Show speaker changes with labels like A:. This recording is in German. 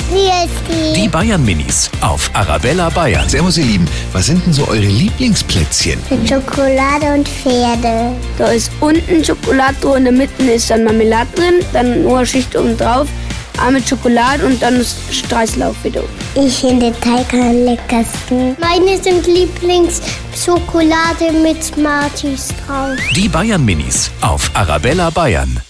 A: Christi.
B: Die Bayern Minis auf Arabella Bayern.
C: Servus, ihr Lieben. Was sind denn so eure Lieblingsplätzchen?
A: Mit Schokolade und Pferde.
D: Da ist unten Schokolade und in der Mitte ist dann Marmelade drin, dann nur eine Schicht oben drauf, einmal mit Schokolade und dann ist Streislauf wieder.
A: Ich finde Teig am leckersten. Meine sind Lieblingsschokolade mit Smarties drauf.
B: Die Bayern Minis auf Arabella Bayern.